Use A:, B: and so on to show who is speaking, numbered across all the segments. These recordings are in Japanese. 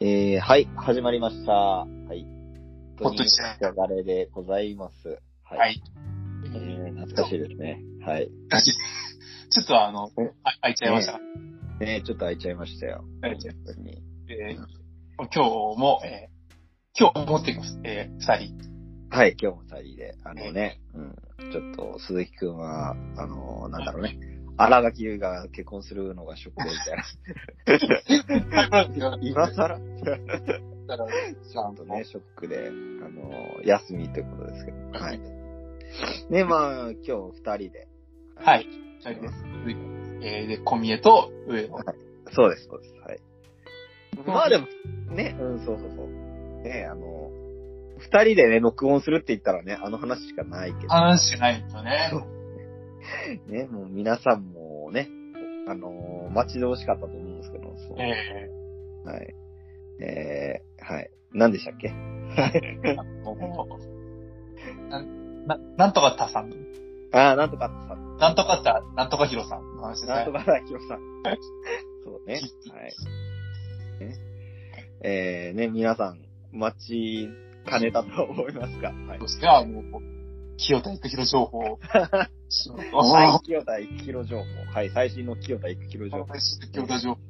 A: えー、はい、始まりました。はい。
B: ほっと一年
A: あれでございます。はい。
B: はい。
A: えー、懐かしいですね。はい。
B: 私ちょっとあの
A: え、
B: あ開いちゃいました。
A: ねちょっと開いちゃいましたよ。
B: 開いちゃい
A: 本当に。
B: えー今日も、えー今日持ってきます。えー、 二人。
A: はい、今日も二人で、あのね、うん、ちょっと、鈴木くんは、あの、なんだろうね、荒垣結衣が結婚するのがショックみたいな。 今更ちょっとね、ショックで、あの、休みということですけど。はい。ね、まあ、今日二人で。
B: はい。二人です。えー、で、小宮と上野。
A: そうです、そうです。はい。まあでも、ね、うん、そうそうそう。ね、あの、二人でね、録音するって言ったらね、あの話しかないけど、
B: 話しないとね。
A: ね、もう皆さんもね、あのー待ち遠しかったと思うんですけど、そう。
B: え
A: はい。えー、はい。何でしたっけ
B: ー、もうなん、な、なんとかたさん。
A: ああ、なんとかさん。
B: なんとかた、なんとかひろさんの話です
A: なん
B: ね
A: と。かさきろさん。そうね。はい。ねえー、ね、皆さん、待ちかねたと思いますかはい
B: そ。して、あの、清田育弘 情報。
A: は、
B: はい
A: 清田1キロ情報。はい、最新の清田1キロ情報。
B: 清田情報。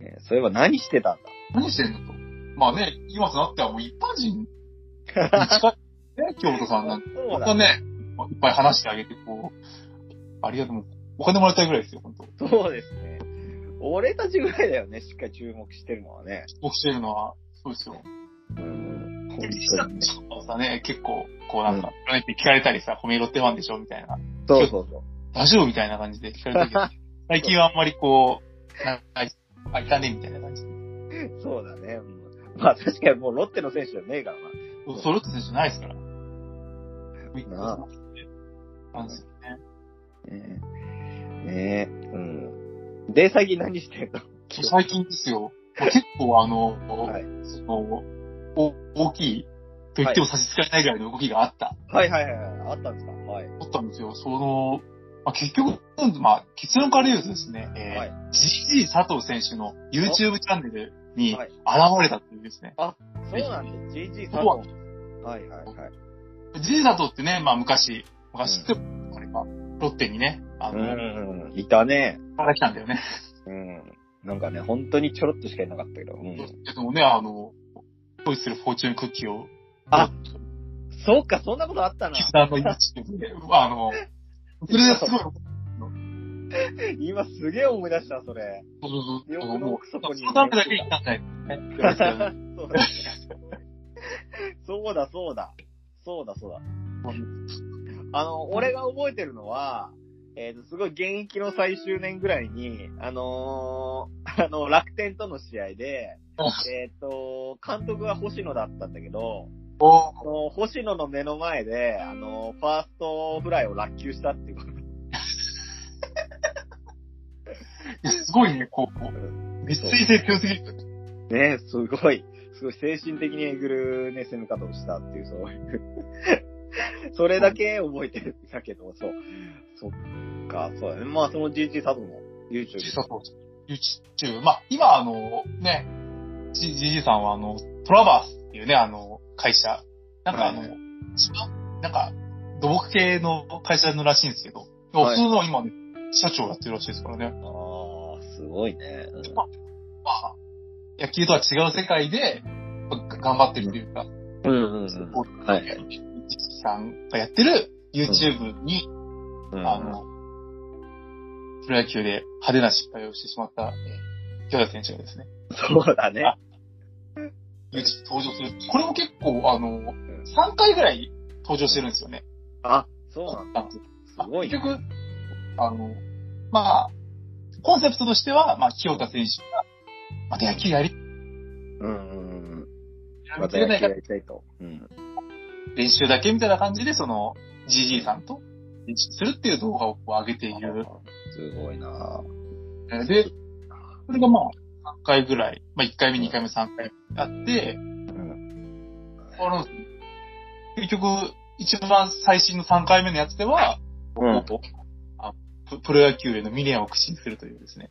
A: ねそういえば何してたん
B: 何してんのと。まあね、今となってはもう一般人に
A: だ
B: 近い、ね、京都さんなんて。
A: そう
B: 本
A: だ
B: 当ね、いっぱい話してあげて、こう、ありがとう。もうお金もらいたいぐらいですよ、本当。
A: そうですね。俺たちぐらいだよね、しっかり注目してるのはね。
B: 僕してるのは、そうですよ。
A: うん。本当にね。
B: さね、結構、こうなんか、ねって聞かれたりさ、褒めろってファンでしょみたいな。
A: そうそうそう。
B: ラジオみたいな感じで聞かれたけど、最近はあんまりこう、なんか、あ、いたね、みたいな感じで。
A: そうだね。うんまあ確かにもうロッテの選手じゃねえから
B: それって選手ないですから。ウィッ
A: なあ
B: グ感じですね。
A: な。ねえ。ねえ。うん。で、最近何してんの
B: 最近です よ。結構あの、
A: はい
B: その、お大きいと言っても差し支えないぐらいの動きがあった。
A: はいはいはいはい。あったんですかはい。
B: あったんですよ。その、まあ、結局、まあ、結論から言うとですね、えー
A: はい
B: GG 佐藤選手の YouTube チャンネルに
A: はい
B: 現れたっていうですね。
A: あ、そうなんだ。GG さん。
B: こ
A: はいはいはい。
B: GG 佐藤ってね、まあ昔、昔って、あれか、ロッテにね、あ
A: う
B: の、
A: んうん。いたね。
B: から来たんだよね。
A: うん。なんかね、本当にちょろっとしかいなかったけど。うん。
B: でもね、あの、恋するフォーチュンクッキーを、
A: あそうか、そんなことあったな
B: キ。ザの YouTube で、あの、それがすごい、
A: 今すげえ思い出した、それ。
B: そうそうそう。
A: よ
B: も
A: くも
B: う、
A: そこに
B: そのためだけに行ったんだよね。
A: そうだ、そうだ、そうだ。そうだ、そうだ。あの、俺が覚えてるのは、えっ、と、すごい現役の最終年ぐらいに、あのーあの、楽天との試合で、えっ、と、監督は星野だったんだけど、
B: おー
A: あの星野の目の前で、あの、ファーストフライを落球したっていうこと。
B: いやすごいね、こう、密水性強すぎる。
A: ねすごい、すごい精神的にえぐるね、攻め方をしたっていう、そう いう。それだけ覚えてるんだけど、そう。そっか、そうだね。まあ、その GG サブも YouTube。
B: 佐藤 YouTube。まあ、今、あの、ね、じじいさんは、あの、トラバースっていうね、あの、会社。なんか、あの
A: はい、
B: 一番、なんか、土木系の会社のらしいんですけど、
A: はい
B: 普通の今ね、社長やってるらしいですからね。
A: ああ、すごいね。うん
B: まあ、野球とは違う世界で、まあ頑張ってるというか、
A: うんうん
B: こ
A: うん。
B: う
A: は
B: じ
A: い。
B: いさんがやってる YouTube に、あの、プロ野球で派手な失敗をしてしまった、えー、京田選手がですね、
A: そうだね。
B: YouTube 登場する。これも結構、あの、3回ぐらい登場してるんですよね。
A: あ、そうなん
B: あ
A: だ。すごい
B: 結
A: ね。
B: 局、あの、まあ、コンセプトとしては、まあ、清田選手が、また野球やり、
A: うんうんうん。
B: や
A: ま
B: り
A: た
B: き
A: 野球
B: れない
A: や
B: から
A: りたいと。うん。
B: 練習だけみたいな感じで、その、GG さんと練習するっていう動画をこう上げている。
A: すごいな
B: で、これがまあ、3回ぐらい、まあ1回目、2回目、3回目あって、
A: うん。
B: あの、結局、一番最新の3回目のやつでは、
A: うん。
B: ププロ野球への未練を口にするというですね。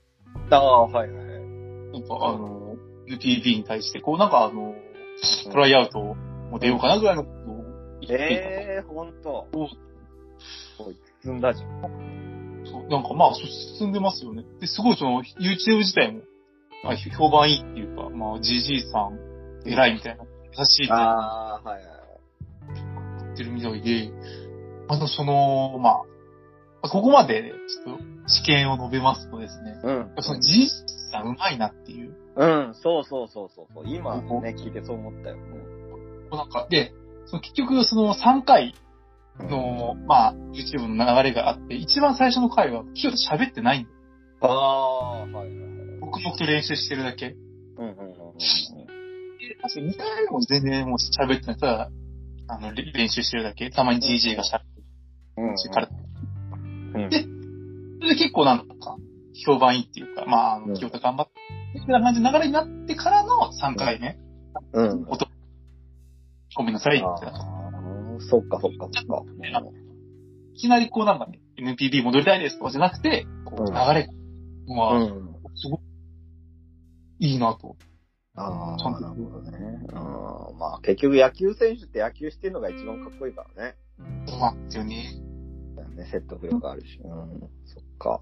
A: ああ、はいはい。
B: なんかあの、 NPB に対して、こうなんかあの、トライアウトも出ようかなぐらいのことを言っていたと。
A: ええー、ほんと。おい、進んだじゃん。
B: そうなんかまあ、進んでますよね。で、すごいその、YouTube 自体も、まあ、評判いいっていうか、まあ、GG さん、偉いみたいな、優しいって言
A: ああ、はいはい。
B: ってるみたいで、あの、その、まあまあ、ここまで、ちょっと、知見を述べますとですね、
A: うん。
B: その GG さんうまいなっていう、
A: うん、そうそうそうそうそう。今ね、聞いてそう思ったよ。うん
B: こうなんか、で、その結局、その3回の、まあ、YouTube の流れがあって、一番最初の回は、清田喋ってないんだよ
A: ああ、はいはいはい。うん
B: 黙々と練習してるだけ。
A: うんうんうん。
B: で確かに2回も全然もう喋ってない。ただ、あの、れ練習してるだけ。たまに GG が喋って
A: うんうん
B: るし、彼
A: うん
B: それで結構なんか、評判いいっていうか、まあ、あ
A: うん
B: の、清田頑張って、みたいな感じの流れになってからの3回目、
A: うん。
B: ごめんなさいってなった。
A: ああ、そっかそっかそっか。
B: いきなりこうなんかね、NPB 戻りたいですとかじゃなくて、こう
A: うん
B: 流れ
A: う
B: が、
A: ん。
B: すごくいいなと。
A: あ
B: ちゃ
A: あ、
B: ん
A: な
B: と
A: るほどね。うん。まあ結局野球選手って野球してるのが一番かっこいいからね。
B: そうなんですよね。
A: だよね、説得力あるし。うん。そっか。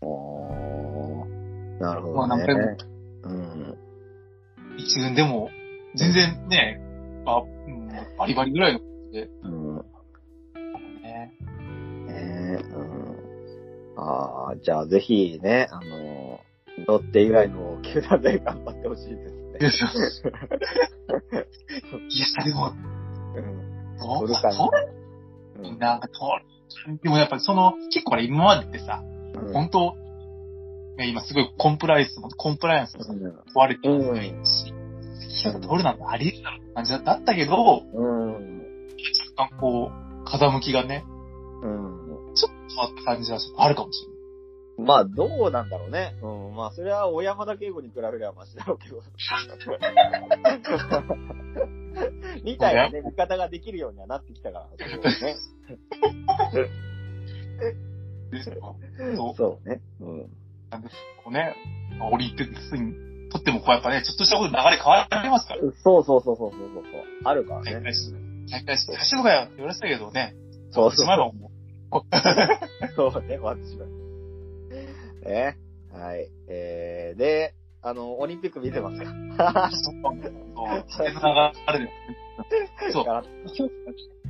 A: おー。なるほ
B: まあ
A: ど
B: 何回も
A: ね。うん。
B: 一軍でも、全然ね、あ、うん、バリバリぐらいの
A: うん。ね
B: ね。
A: え、うん。ああ、じゃあぜひね、あのー、ロッテ以外の球団で頑張ってほしいですね。
B: い や、でも、
A: うん。
B: どう
A: 取る
B: だ
A: かな
B: 取
A: う
B: る
A: ん
B: なんか取る。でもやっぱりその、結構あれ今までってさ、
A: うん
B: 本当、ね今すごいコンプライアンスも、コンプライアンスもさ問われてるし、取るなんてありえるだろうって感じだっただったけど、若
A: うん。
B: 干こう、風向きがね、
A: うん。
B: ちょっと変わった感じはちょっとあるかもしれない。
A: まあ、どうなんだろうね。うん。まあ、それは、小山田圭吾に比べればマシだろうけど。みたいなね、見方ができるようにはなってきたから。そうね。
B: そう
A: そうね。うん。
B: こうね、まあオリンピックにとってもこうやっぱね、ちょっとしたことで流れ変わりますから。
A: そうそうそうそうそうそう。あるから
B: 大
A: ね。
B: 会し、大会し、大丈夫かよって言われてたけどね。
A: そうそう
B: しまえばも
A: そうね、終わってしまう。ね。はい。えー、で、あの、オリンピック見てますか
B: う、そう、そう、風の流れで。そう
A: か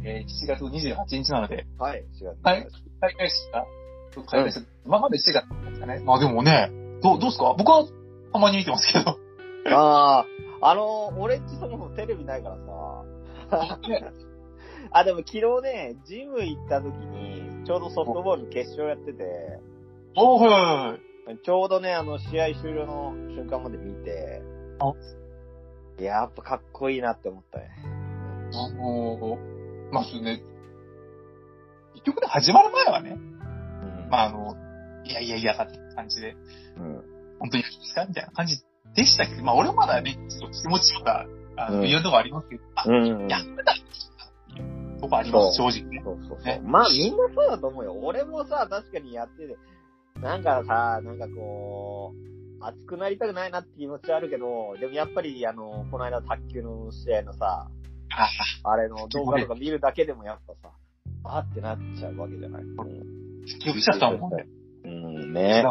B: えー7月28日なので、
A: はい、違う。
B: はい。大会した、開会した、今までしてたんですかね。まあでもね、どう、どうすか僕はたまに見てますけど。
A: ああ、あの、俺っちそもそもテレビないから さ。あ、でも昨日ね、ジム行った時に、ちょうどソフトボール決勝やってて、
B: おー、はいはいはい。
A: ちょうどね、あの、試合終了の瞬間まで見て、いややっぱかっこいいなって思ったね。
B: あのー、まあそうね、結局ね、始まる前はね、
A: うん
B: まああの、いやいやいやかって感じで、
A: うん。
B: 本当にやるんですかみたいな感じでしたけど、まあ俺もまだね、ちょっと気持ちまだ、あ
A: う
B: の、
A: ん
B: いろんなとこありますけど、あ、
A: うん
B: やったっていうとこあります、正直ね。
A: そうそうそう
B: ね。
A: まあみんなそうだと思うよ。俺もさ、確かにやってて、なんかさ、なんかこう、熱くなりたくないなって気持ちはあるけど、でもやっぱり、あの、この間卓球の試合のさ、
B: あ
A: あれの動画とか見るだけでもやっぱさ、あーってなっちゃうわけじゃない。う
B: あ、よくしちゃったもんね。
A: ん、ね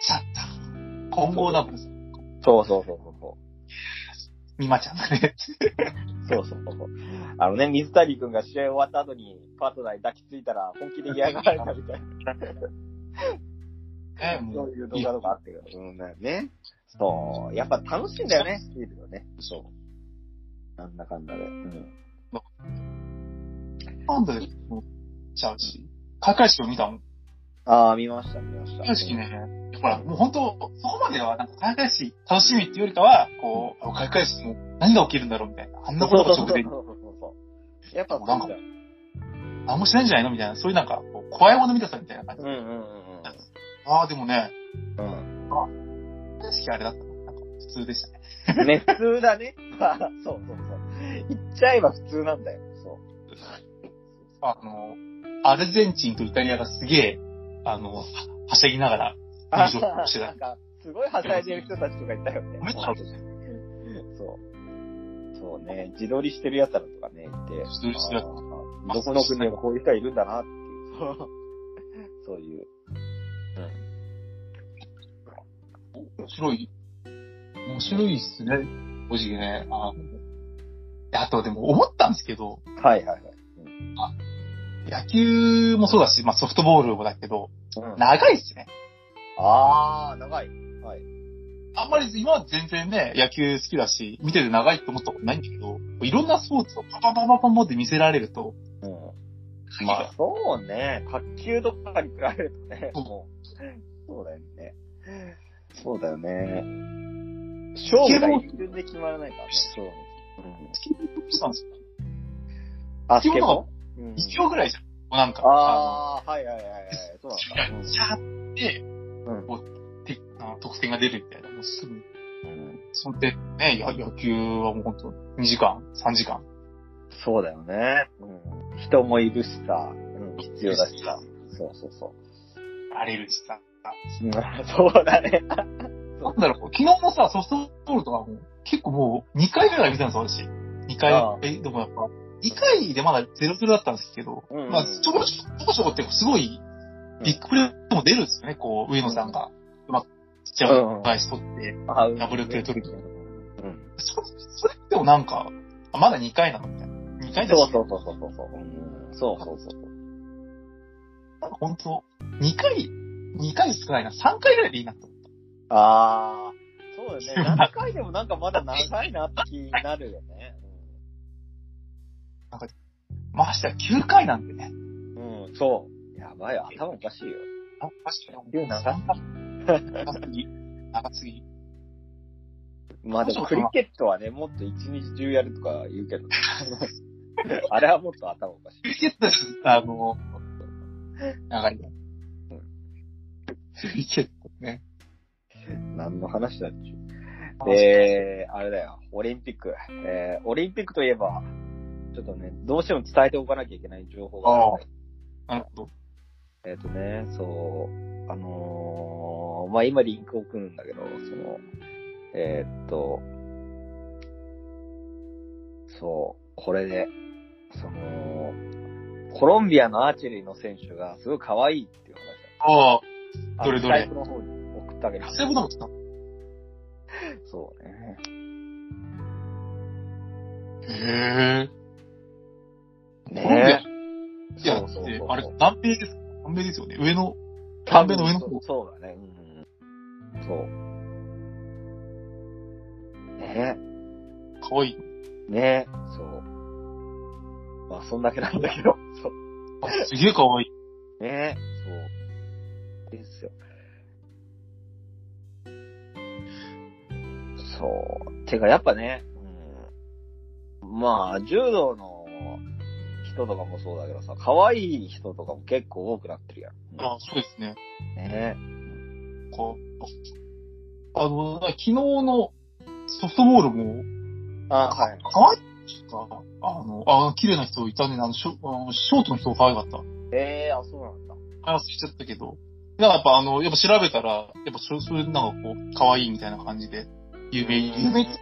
B: ちゃった。混合ダブルス。
A: そうそうそうそうそう。
B: みまちゃんだね。
A: そうそうそう。あのね、水谷くんが試合終わった後にパートナーに抱きついたら本気で嫌がられたみたいな。
B: ね
A: そ
B: も
A: う
B: う
A: いう動画とかあってる。うん、ね。そう。やっぱ楽しいんだよね、見るよね。そう。なんだかんだで。うん。
B: なんだよ、もうちゃうし。開会式を見たもん。
A: ああ、見ました、見ました。
B: 開会式ね、ほら、もう本当、そこまでは、なんか開会式楽しみっていうよりかは、こう、開会式も何が起きるんだろうみたいな。あ
A: そ
B: んな
A: う
B: こ
A: そうそうそう
B: とが直前に
A: そう。やっぱそうだよ。
B: 何もしないんじゃないのみたいな。そういうなんか、こう怖いもの見たさみたいな感じ
A: うん。うんうん
B: ああ、でもね、
A: うん。
B: 開会式あれだったのなんか、普通でしたね。
A: うん。ね、普通だね。 まあ、そうそうそう。言っちゃえば普通なんだよ。そう。
B: あの、アルゼンチンとイタリアがすげえ、あの、ははしゃぎながら、
A: あ
B: 入場してた
A: なんか、すごいはしゃいでる人たちとかいたよね。
B: めっちゃ
A: そう。そうね、自撮りしてる奴らとかね、いて。
B: 自撮りしてる奴
A: あーどこの国でもこういう人がいるんだなっていう。そうそういう。
B: 面白い。面白いっすね。おじね。あのであと、でも思ったんですけど、
A: はいはいはい。
B: 野球もそうだし、まあソフトボールもだけど、
A: うん、
B: 長いっすね。
A: あー、長い。はい。
B: あんまり今は全然ね、野球好きだし、見てて長いって思ったことないんだけど、いろんなスポーツをパパパパパンって見せられると、
A: うん。
B: ま
A: まあ
B: あ、、
A: そうね、卓球とかに比べるとね、
B: うん
A: もう、そうだよね。そうだよね。勝負が一瞬で決まらないからね。そう。うん、
B: スキーボードしたんですよ。
A: あ、ス
B: スケ
A: ケ
B: ボ
A: ボー、うん
B: 1秒ぐらいじゃん。もうなんか、
A: ああ、はいはいはいはい。そうな
B: あ
A: ん
B: の、
A: だ。
B: シャーって、
A: うん
B: こう、てあの得点が出るみたいな、もうすぐ。
A: うん
B: そんで、ね、や野球はもうほんと、2時間、3時間。
A: そうだよね。うん人もいるしさ、うん必要だしさ。そうそうそ
B: あれるしさ。
A: う。うんそうだ ね。
B: なんだろう、こう昨日もさ、ソフトボールとかも、結構もう、2回ぐらい見たんですよ、私。2
A: ああ
B: 回、え、でもやっぱ、2回でまだ0-0だったんですけど、
A: うんうん
B: まあ、ちょこちょこちょこちょこって、すごい、ビッグプレーも出るんですよね、こう、上野さんが、うまく、ちっちゃい返し取って。
A: あうん
B: ダブルプレー取る
A: うん。
B: そそれでもなんか、あまだ2回なのみたいな。
A: そ
B: 2
A: う
B: 回だし、
A: そうそうそうそうそう。うんそうそうそう。
B: なんか本当2回、2回少ないな、3回ぐらいでいいなと思った。
A: ああ、そうだよ ね。何回でもなんかまだ長いなって気になるよね。
B: ましてや9回なんてね。
A: うん、うんそう。やばいよ。頭おかしいよ。
B: あ、ましてや
A: 9長
B: 長すぎ。長すぎ。
A: まあでもクリケットはね、もっと一日中やるとか言うけ ど。あれはもっと頭おかしい。
B: クリケットですあの、長いね。クリケットね。
A: 何の話だっちゅう。えー、あれだよ、オリンピック。えー、オリンピックといえば、ちょっとね、どうしても伝えておかなきゃいけない情報があるんだけ
B: なるほど。
A: ど。えっ、とね、そう、あのー、まあ今リンクを送るんだけど、その、えーっと、そう、これで、その、コロンビアのアーチェリーの選手がすごい可愛いっていう話
B: ああ、
A: だ。
B: どれどれ
A: スカイプの方に送ったわけど。
B: そういうこともちょっ
A: そうね。
B: と。へえ。
A: ねえ
B: コロンビアいや、
A: そうそうそう
B: あれ、南米です。南米ですよね。上の、
A: 多
B: 南米
A: 分
B: の上の方。
A: そうだね。うん。そう。ね
B: かわいい。
A: え、ねえ、そう。まあ、そんだけなんだけど、 そう。
B: あすげえかわいい。
A: ねえ、そう。ですよ。そう。てか、やっぱね、うん、まあ、柔道の人とかもそうだけどさ、可愛い人とかも結構多くなってるやん。
B: あそうですね。
A: ね
B: こうあの、昨日のソフトボールも、
A: え。あ、はい。
B: かわいいか、あの、あ綺麗な人いたね。あの、ショあのショートの人かわいかった。
A: ええあ、そうなんだ。
B: あ、忘れちゃったけど。なんかやっぱあの、やっぱ調べたら、やっぱそれ、それなんかこう、かわいいみたいな感じで、有名、有名って、あ、やっ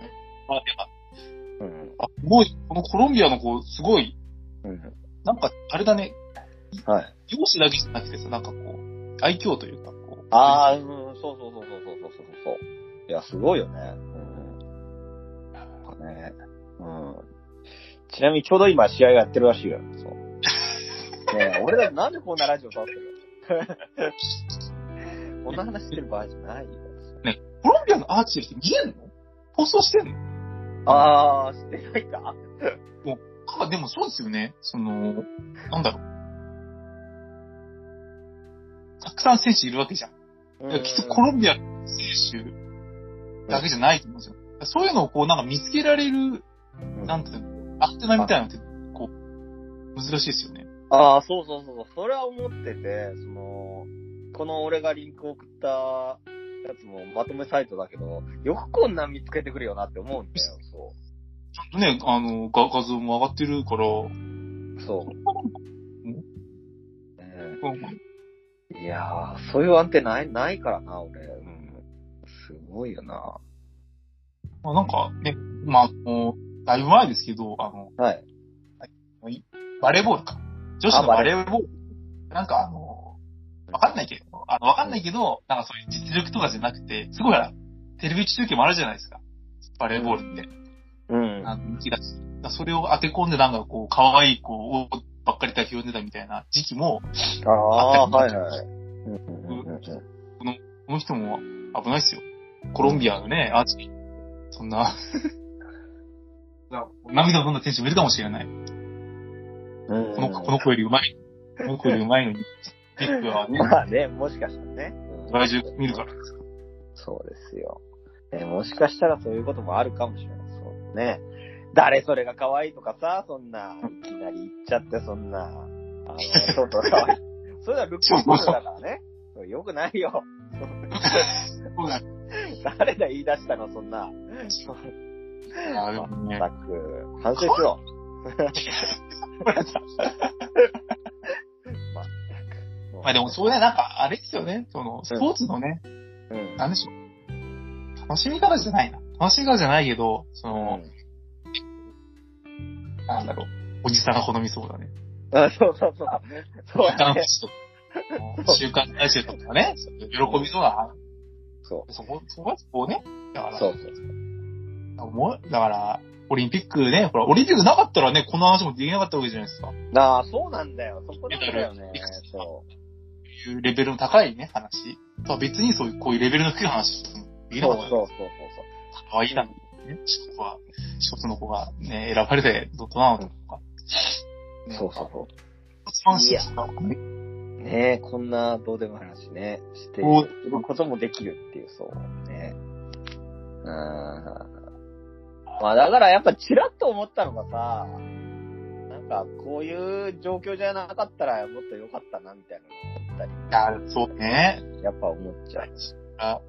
B: ぱ
A: うん。
B: あすごい、このコロンビアの子、すごい、
A: うん。
B: なんか、あれだね、
A: はい。
B: 容姿だけじゃなくてさ、なんかこう、愛嬌というか、こう。
A: ああ、うん、そうそうそうそうそうそうそうそう。いや、すごいよね。うん。なんかね、うん。ちなみにちょうど今試合やってるらしいよ。そう。ねえ、俺だってなんでこんなラジオ撮ってるの こんな話してる場合じゃないよ。
B: コロンビアのアーチェリーって見えんの放送してんの
A: ああ、してないか
B: なんかでもそうですよね。その、なんだろう。たくさん選手いるわけじゃん。
A: うん
B: だからきっとコロンビアの選手だけじゃないと思うんですよ。そういうのをこうなんか見つけられる、なんていうの、アンテナみたいなのって、こう、難しいですよね。
A: ああ、そうそうそうそう。それは思ってて、その、この俺がリンク送ったやつもまとめサイトだけど、よくこんなん見つけてくるよなって思うんだよ。そ
B: ちゃんとね、あの、画画像も上がってるから、
A: う。 そう。ね
B: うん
A: えいやー、そういう案件ない、ないからな、俺。うん。ごいよな。
B: まあ、なんか、ね、まあ、もう、だいぶ前ですけど、あの、
A: はい。
B: バレーボールか。女子のバレーボール。なんかあの、わかんないけど、あの、わかんないけど、なんかそういう実力とかじゃなくて、すごいな、テレビ中継もあるじゃないですか。バレーボールって。
A: うん。
B: あの、人気だし。だからそれを当て込んでなんかこう、可愛い子をばっかり抱き呼んでたみたいな時期も、
A: ああ、
B: あ
A: はいはい。うんうんうんうん
B: この人も危ないっすよ。コロンビアのね、アーチェリー。そんな な、涙を飲んだ選手もいるかもしれない。
A: うん
B: この子、この子よりうまい。この子よりうまいのに、ビッグはね、
A: まあね、もしかしたらね。
B: 世界中見るから。
A: そうですよ、ね。もしかしたらそういうこともあるかもしれない。そうね。誰それが可愛いとかさ、そんな、いきなり言っちゃって、そんな。あの、そうそう、可愛い。それはルックスモードだからね。そうよくないよ。
B: そうだ。
A: 誰が言い出したの、そんな。
B: あでもね
A: まっ、たく、反省しろ。まったく。
B: まあでもそうね、なんか、あれですよね、その、スポーツのね、
A: うん。
B: なんでしょう。楽しみ方じゃないな。楽しみ方じゃないけど、その、なんだろう、おじさんが好みそうだね。
A: あそうそうそう。そう
B: ダ
A: だ
B: ン
A: ね。
B: スとか、週刊大衆とかね、喜びそうだ
A: そ
B: な。そこ、そこはこうね。だか
A: う。
B: ら、
A: そうそう。
B: もうだから、オリンピックね、ほら、オリンピックなかったらね、この話もできなかったわけじゃないですか。こ
A: ああ、そうなんだよ。そこなんだよね
B: いくつ。か
A: そう
B: いうレベルの高いね、話。とは別にそういう、こういうレベルの低い話とかもで
A: う。
B: き
A: そ
B: な
A: うそう
B: かったわけです
A: そう
B: よ
A: そう
B: 可愛いな、ね。四国は、四国の子がね、選ばれて、どどなのとか。
A: そう。そうそうそ
B: 一番好きなのがね
A: う。ねえ、こんなどうでもいい話ね、して、
B: お
A: することもできるっていう、そう。ね。うん。まあだからやっぱちらっと思ったのがさ、なんかこういう状況じゃなかったらもっと良かったなみたいなのを思っ
B: いや、そうね。
A: たり、やっぱ思っちゃう。
B: あ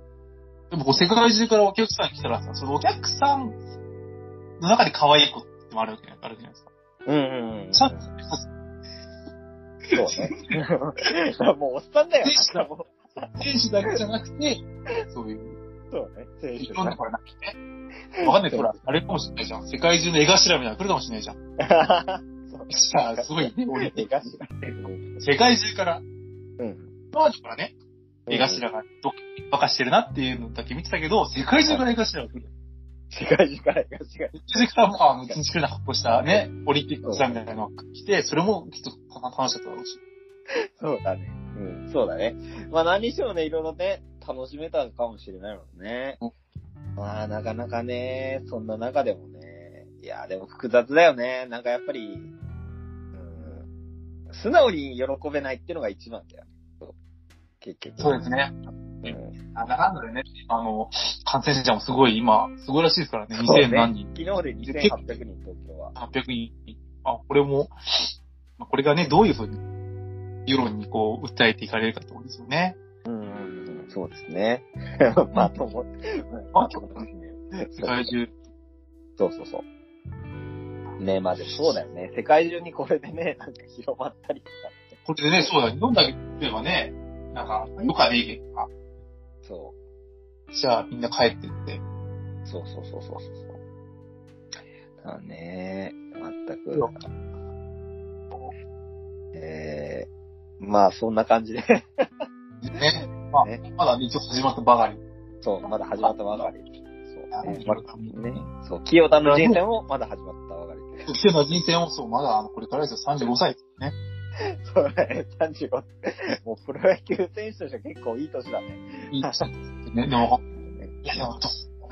B: でも、こう世界中からお客さん来たらさ、そのお客さんの中で可愛い子ってもあるわけじゃあるじゃないですか。
A: うんうんうん。
B: さ
A: そうね。もうおっさんだよな、なんかもう
B: 選手だけじゃなくて、そういう、
A: そうね。青
B: いろん
A: 春
B: な子がなくて。わかんない、ほら、あれかもしれないじゃん。世界中の絵頭みたいなの来るかもしれないじゃん。
A: だ。そう
B: じゃあ、すごいね、俺
A: 絵頭。
B: 世界中から、
A: うん。
B: まあ、だからね、絵頭がどっかバカしてるなっていうのだけ見てたけど、世界中から絵頭が来る。
A: 世界中から絵頭が。
B: 世界中からまあ、あの、ちんちくな格好したね、オリンピックさんみたいなのが来て、それもきっと楽しかっただろうし。
A: そうだね。うん、そうだね。まあ何にしてもね、いろいろね、楽しめたかもしれないもんね。まあなかなかね、そんな中でもね、いや、でも複雑だよね。なんかやっぱり、うん、素直に喜べないっていうのが一番だよね。そう結局。
B: そうですね。
A: うん
B: あなんだよね。あの、感染者もすごい今、すごいらしいですからね。
A: そうね
B: 2000何人、
A: 昨日で2800人、東京は。
B: 800人。あ、これも、まあこれがね、どういうふうに、世論にこう、訴えていかれるかってことですよね。
A: うん、そうですね。 まあ、と思って。
B: まあと思世界中。
A: そうそうそう。ねまあでもそうだよね。世界中にこれでね、 なんか広まったりとかって。
B: これでね、そうだ、飲んだければね、なんか、よくある意見が、
A: そ
B: じゃあみんな帰ってって。
A: う。そうそうそうそうそうそう。だからねまったく
B: うわ。
A: えー、まあそんな感じで。
B: ね。まあ、
A: ね
B: まだね、一応始まったばかり。
A: そう、まだ始まったばかり。そうね。
B: まだ
A: ね。そう、清田の人生もまだ始まったばかり。
B: 僕の人生もそう、まだ、あの、これからですよ、35歳ですね。
A: そうだね、35。もうプロ野球選手としては結構いい年だね。
B: いい年ですね。でも、いや、でも、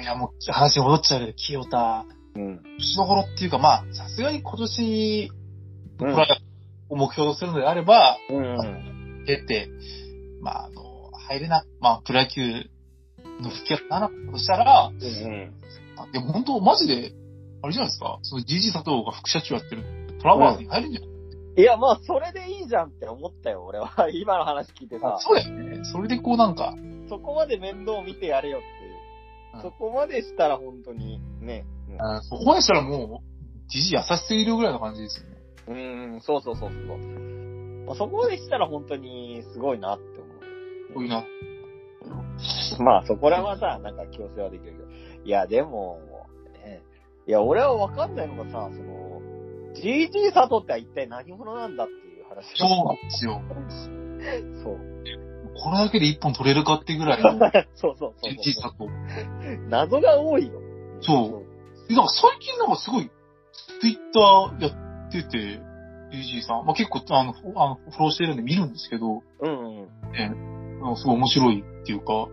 B: いや、もう、話戻っちゃうけど、清田、
A: うん。
B: 年どころっていうか、まあ、さすがに今年、
A: う
B: プロ野球を目標とするのであれば、
A: うん。
B: 出て、まあ、あの、入れな、まあ、プロ野球の復帰がならなかったとしたら、
A: うん。
B: あでも本当、マジで、あれじゃないですか、その、ジジ佐藤が副社長やってる、トラバーズに入るんじゃない、
A: いや、まあ、それでいいじゃんって思ったよ、俺は。 今の話聞いてさ、
B: そうだよね。それでこうなんか、
A: そこまで面倒見てやれよっていう。そこまでしたら本当に、ね。
B: そこまでしたらもう、じじ優しすぎるぐらいの感じですよね。
A: うん、うん、そうそうそうそう。まあ、そこまでしたら本当にすごいなって思う。
B: こういうな。
A: まあ、そこらはさ、なんか強制はできるけど。いや、でも、ね、いや、俺はわかんないのがさ、その、GG 佐藤って一体何者なんだっていう話。
B: そうなんですよ。
A: そう。
B: これだけで一本取れるかって ぐらいの
A: そうそうそうそう
B: GT 佐藤。
A: 謎が多いよ。
B: そうでなんか最近なんかすごい、ツイッターやってて、GG さん。まあ、結構あの、フォあのフォローしてるんで見るんですけど、
A: う。うんうん。
B: なんかすごい面白いっていうか、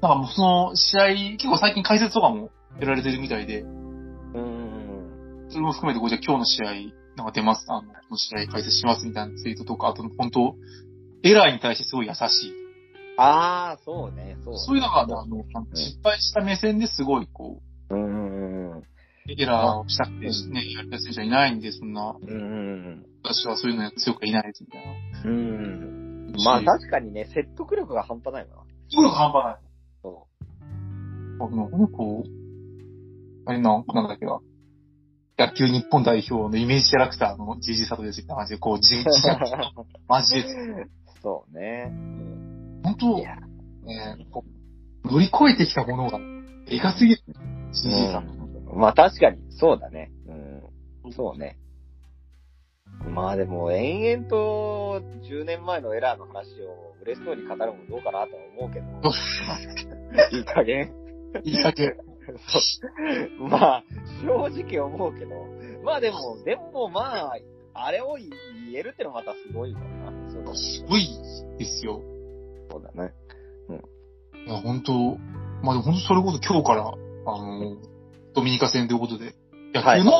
B: なんかもうその試合、結構最近解説とかもやられてるみたいで、
A: うんうん
B: それも含めて、こうじゃあ今日の試合、なんか出ます、あの、この試合解説しますみたいなツイートとか、あと、本当エラーに対してすごい優しい。
A: うん。ああ、そうね、そう。
B: そういうのが、あの、失敗した目線ですごい、こう、
A: うんうんうん。
B: エラーをしたくて、ね、やった選手はいないんで、そんな、
A: うんうん
B: 私はそういうの強くはいないです、みたい
A: うん。うん。
B: な。
A: まあ
B: だ
A: 確かにね、説得力が半端ないな。
B: 力半端ない。
A: そ
B: あの、この子、あれな、なんだっけな。野球日本代表のイメージキャラクターの GG 佐藤ですみたいな感じで、こう、 自自虐の
A: う。
B: マジで、
A: そうね。
B: 本
A: い
B: 当
A: や、
B: ね、こう乗り越えてきたものが、でかすぎる。GG さん。
A: まあ確かに、そうだね。うん。そうね。まあでも、延々と10年前のエラーの話を嬉しそうに語るのもどうかなとは思うけ ど。いい加減。
B: いいだけ。
A: そう まあ、正直思うけど。まあでも、でもまあ、あれを言えるってのはまたすごいよな。そうだ
B: すごいですよ。
A: そうだね。
B: いや、本当まあ、本当それこそ今日から、あの、ドミニカ戦ということで、野球の、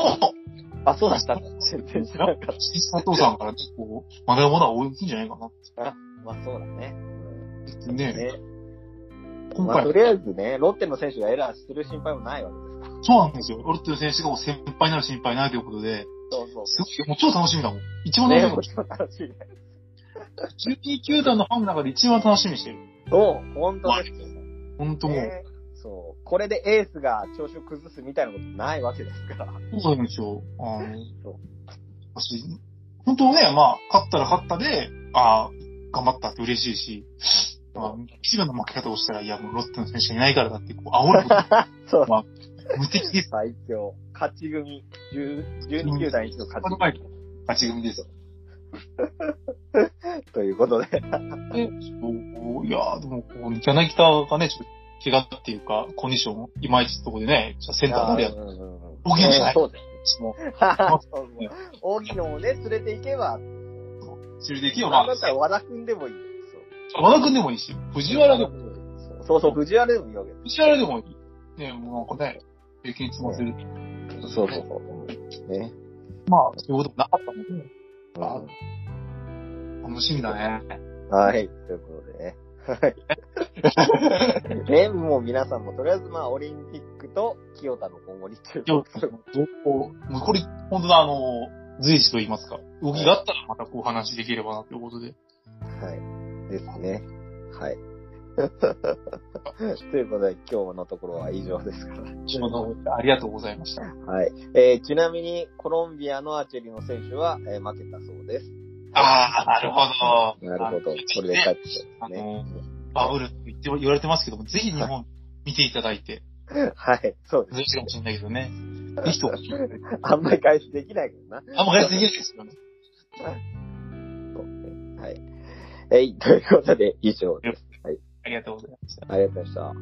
A: あ、そうだった。全然知らなかっ
B: 新佐藤さんからね、こう、まだまだ多いんじゃないかなって
A: た。 まあそうだね。
B: 言ってね。
A: ね
B: 今
A: まあ、
B: 回
A: と、りあえずね、ロッテの選手がエラーする心配もないわけですから。
B: そうなんですよ。ロッテの選手がもう先輩になる心配ないということで、
A: そうそう
B: すごい、もう超楽しみだもん。一番楽
A: ね
B: し
A: も
B: み。
A: ちろん楽しいね。
B: 12球団のファンの中で一番楽しみにしてる。
A: そう、本当ですよね。
B: ほんともう、
A: ねそう。これでエースが調子を崩すみたいなことないわけですから。
B: そうなんですよ。あの
A: そう、
B: 私、本当ね、まあ、勝ったら勝ったで、ああ、頑張ったって嬉しいし、まあ、一番の負け方をしたら、いや、もうロッテの選手がいないからだって、こう、煽ること
A: そう。
B: 無敵 です。
A: 最強。勝ち組。10 12球団一の勝ち組。
B: 勝ち組ですよ。
A: ということで。
B: で、そう、いやーでも、こう、柳田がね、ちょっと、怪我っていうか、コンディション、いまいちってとこでね、ちょっとセンター誰やっ
A: うんうんうん
B: 大きいんじゃない
A: そうですね。
B: ちも、
A: そうそう大きいのをね、連れていけば、
B: それできれば、ま
A: なん
B: あ
A: だったら和田くんでもいいよ。そう
B: 和田くんでもいいし、藤原でも、
A: そうそう、藤原でもいいわけで
B: 藤原でもいい。ね、もうなんかね、経験積ませる。
A: す。そうそうそう。ね。
B: まあ、そういうこともなかったので、
A: うん
B: あ楽しみだ ね。
A: はい。ということでね。はい。ね、もう皆さんもとりあえずまあ、オリンピックと清田の今後に注
B: いや、ど
A: 目する。
B: こう、もうこれ、本当だ、あの、随時と言いますか、動きがあったらまたこうお話しできればな、ということで。
A: はい。ですね。はい。 ということで、今日のところは以上ですから。
B: ちょうどありがとうございました。
A: はい。えー、ちなみに、コロンビアのアーチェリーの選手は、えー負けたそうです。
B: ああ、なるほど。
A: なるほど。これで帰ってきたんですね。
B: バブルって言って言われてますけども、ぜひ日本見ていただいて、
A: はい。そうです。
B: 難しいかもしれないけどね。ぜひとも。
A: あんまり回収できないけどな。
B: あんまりできないですよね。
A: はい。えい、ということで、以上です。
B: ありがとうございました。
A: ありがとうございました。はい